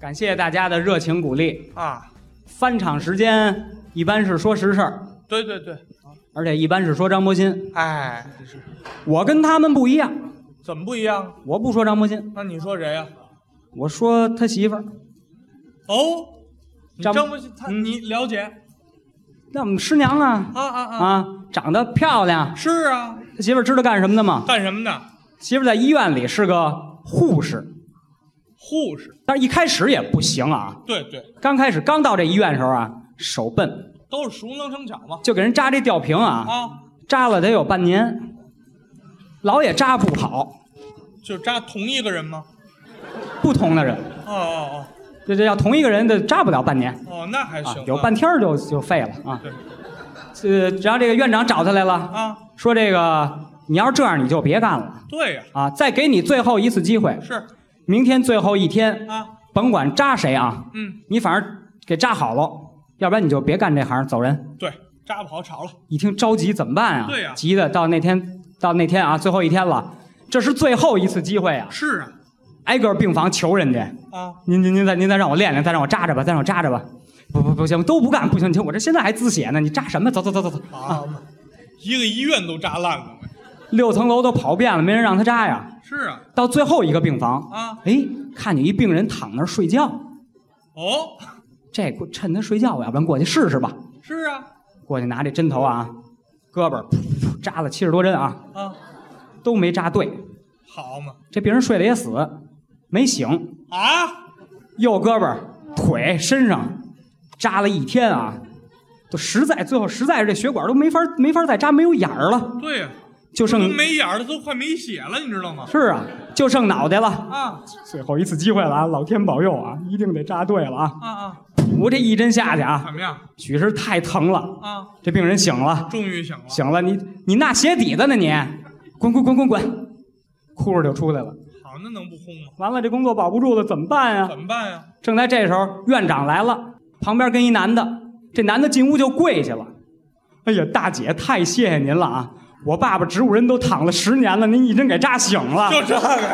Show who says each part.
Speaker 1: 感谢大家的热情鼓励。
Speaker 2: 啊，
Speaker 1: 翻场时间一般是说实事儿，
Speaker 2: 对对对，
Speaker 1: 而且一般是说张伯鑫。
Speaker 2: 哎，
Speaker 1: 我跟他们不一样，
Speaker 2: 怎么不一样？
Speaker 1: 我不说张伯鑫，
Speaker 2: 那你说谁啊呀？
Speaker 1: 我说他媳妇儿。
Speaker 2: 哦，你
Speaker 1: 张
Speaker 2: 张不他，
Speaker 1: 嗯
Speaker 2: 你了解？
Speaker 1: 那我们师娘啊
Speaker 2: 啊啊啊！
Speaker 1: 啊，长得漂亮，
Speaker 2: 是啊，
Speaker 1: 他媳妇儿知道干什么的吗？
Speaker 2: 干什么的？
Speaker 1: 媳妇儿在医院里是个护士，
Speaker 2: 护士。
Speaker 1: 但是一开始也不行啊。
Speaker 2: 对对，
Speaker 1: 刚开始刚到这医院的时候啊，手笨，
Speaker 2: 都是熟能生巧嘛。
Speaker 1: 就给人扎这吊瓶啊，
Speaker 2: 啊，
Speaker 1: 扎了得有半年，老也扎不好，
Speaker 2: 就扎同一个人吗？
Speaker 1: 不同的人，
Speaker 2: 哦哦
Speaker 1: 这这要同一个人的扎不了半年
Speaker 2: 哦哦，那还
Speaker 1: 啊
Speaker 2: 行啊。，
Speaker 1: 有半天儿就就废了啊
Speaker 2: 对。
Speaker 1: 这然后这个院长找他来了，
Speaker 2: 啊？
Speaker 1: 说这个你要是这样你就别干了
Speaker 2: 对呀，
Speaker 1: 啊，再给你最后一次机会，
Speaker 2: 是
Speaker 1: 明天最后一天，
Speaker 2: 啊，
Speaker 1: 甭管扎谁啊，
Speaker 2: 嗯，
Speaker 1: 你反正给扎好了，要不然你就别干这行，走人。
Speaker 2: 对，扎不好炒了。
Speaker 1: 一听着急怎么办啊？
Speaker 2: 对呀
Speaker 1: 急的到那天到那天啊，最后一天了，这是最后一次机会啊！
Speaker 2: 是啊，
Speaker 1: 挨个病房求人家，
Speaker 2: 啊，
Speaker 1: 您您您再您再让我练练，再让我扎着吧，再让我扎着吧。不不不行，都不干不行，你听我这现在还滋血呢，你扎什么？走走走走走啊！
Speaker 2: 好嘛， 一个医院都扎烂了。
Speaker 1: 六层楼都跑遍了，没人让他扎呀。
Speaker 2: 是啊，
Speaker 1: 到最后一个病房，
Speaker 2: 啊，
Speaker 1: 哎，看见一病人躺那儿睡觉，
Speaker 2: 哦，
Speaker 1: 这过趁他睡觉，我要不然过去试试吧。
Speaker 2: 是啊，
Speaker 1: 过去拿这针头啊，胳膊噗噗噗扎了七十多针啊，
Speaker 2: 啊，
Speaker 1: 都没扎对。
Speaker 2: 好嘛，
Speaker 1: 这病人睡得也死，没醒，
Speaker 2: 啊，
Speaker 1: 右胳膊、腿、身上扎了一天啊，都实在最后实在是这血管都没法没法再扎，没有眼儿了，
Speaker 2: 对呀、
Speaker 1: 就
Speaker 2: 都
Speaker 1: 剩
Speaker 2: 没眼儿了，都快没血了，你知道吗？
Speaker 1: 是啊，就剩脑袋了。
Speaker 2: 啊
Speaker 1: 最后一次机会了啊，老天保佑啊，一定得扎对了啊！
Speaker 2: 啊啊！
Speaker 1: 我这一针下去啊，
Speaker 2: 怎么样？
Speaker 1: 许是太疼了，
Speaker 2: 啊，
Speaker 1: 这病人醒了，
Speaker 2: 终于醒了。
Speaker 1: 醒了，你你那鞋底子呢你？滚滚滚滚滚，哭着就出来了。
Speaker 2: 好，那能不轰吗？
Speaker 1: 完了，这工作保不住了，怎么办呀？
Speaker 2: 怎么办呀？
Speaker 1: 正在这时候，院长来了，旁边跟一男的，这男的进屋就跪下了。哎呀，大姐，太谢谢您了啊！我爸爸植物人都躺了十年了，您一针给扎醒了。
Speaker 2: 就这个，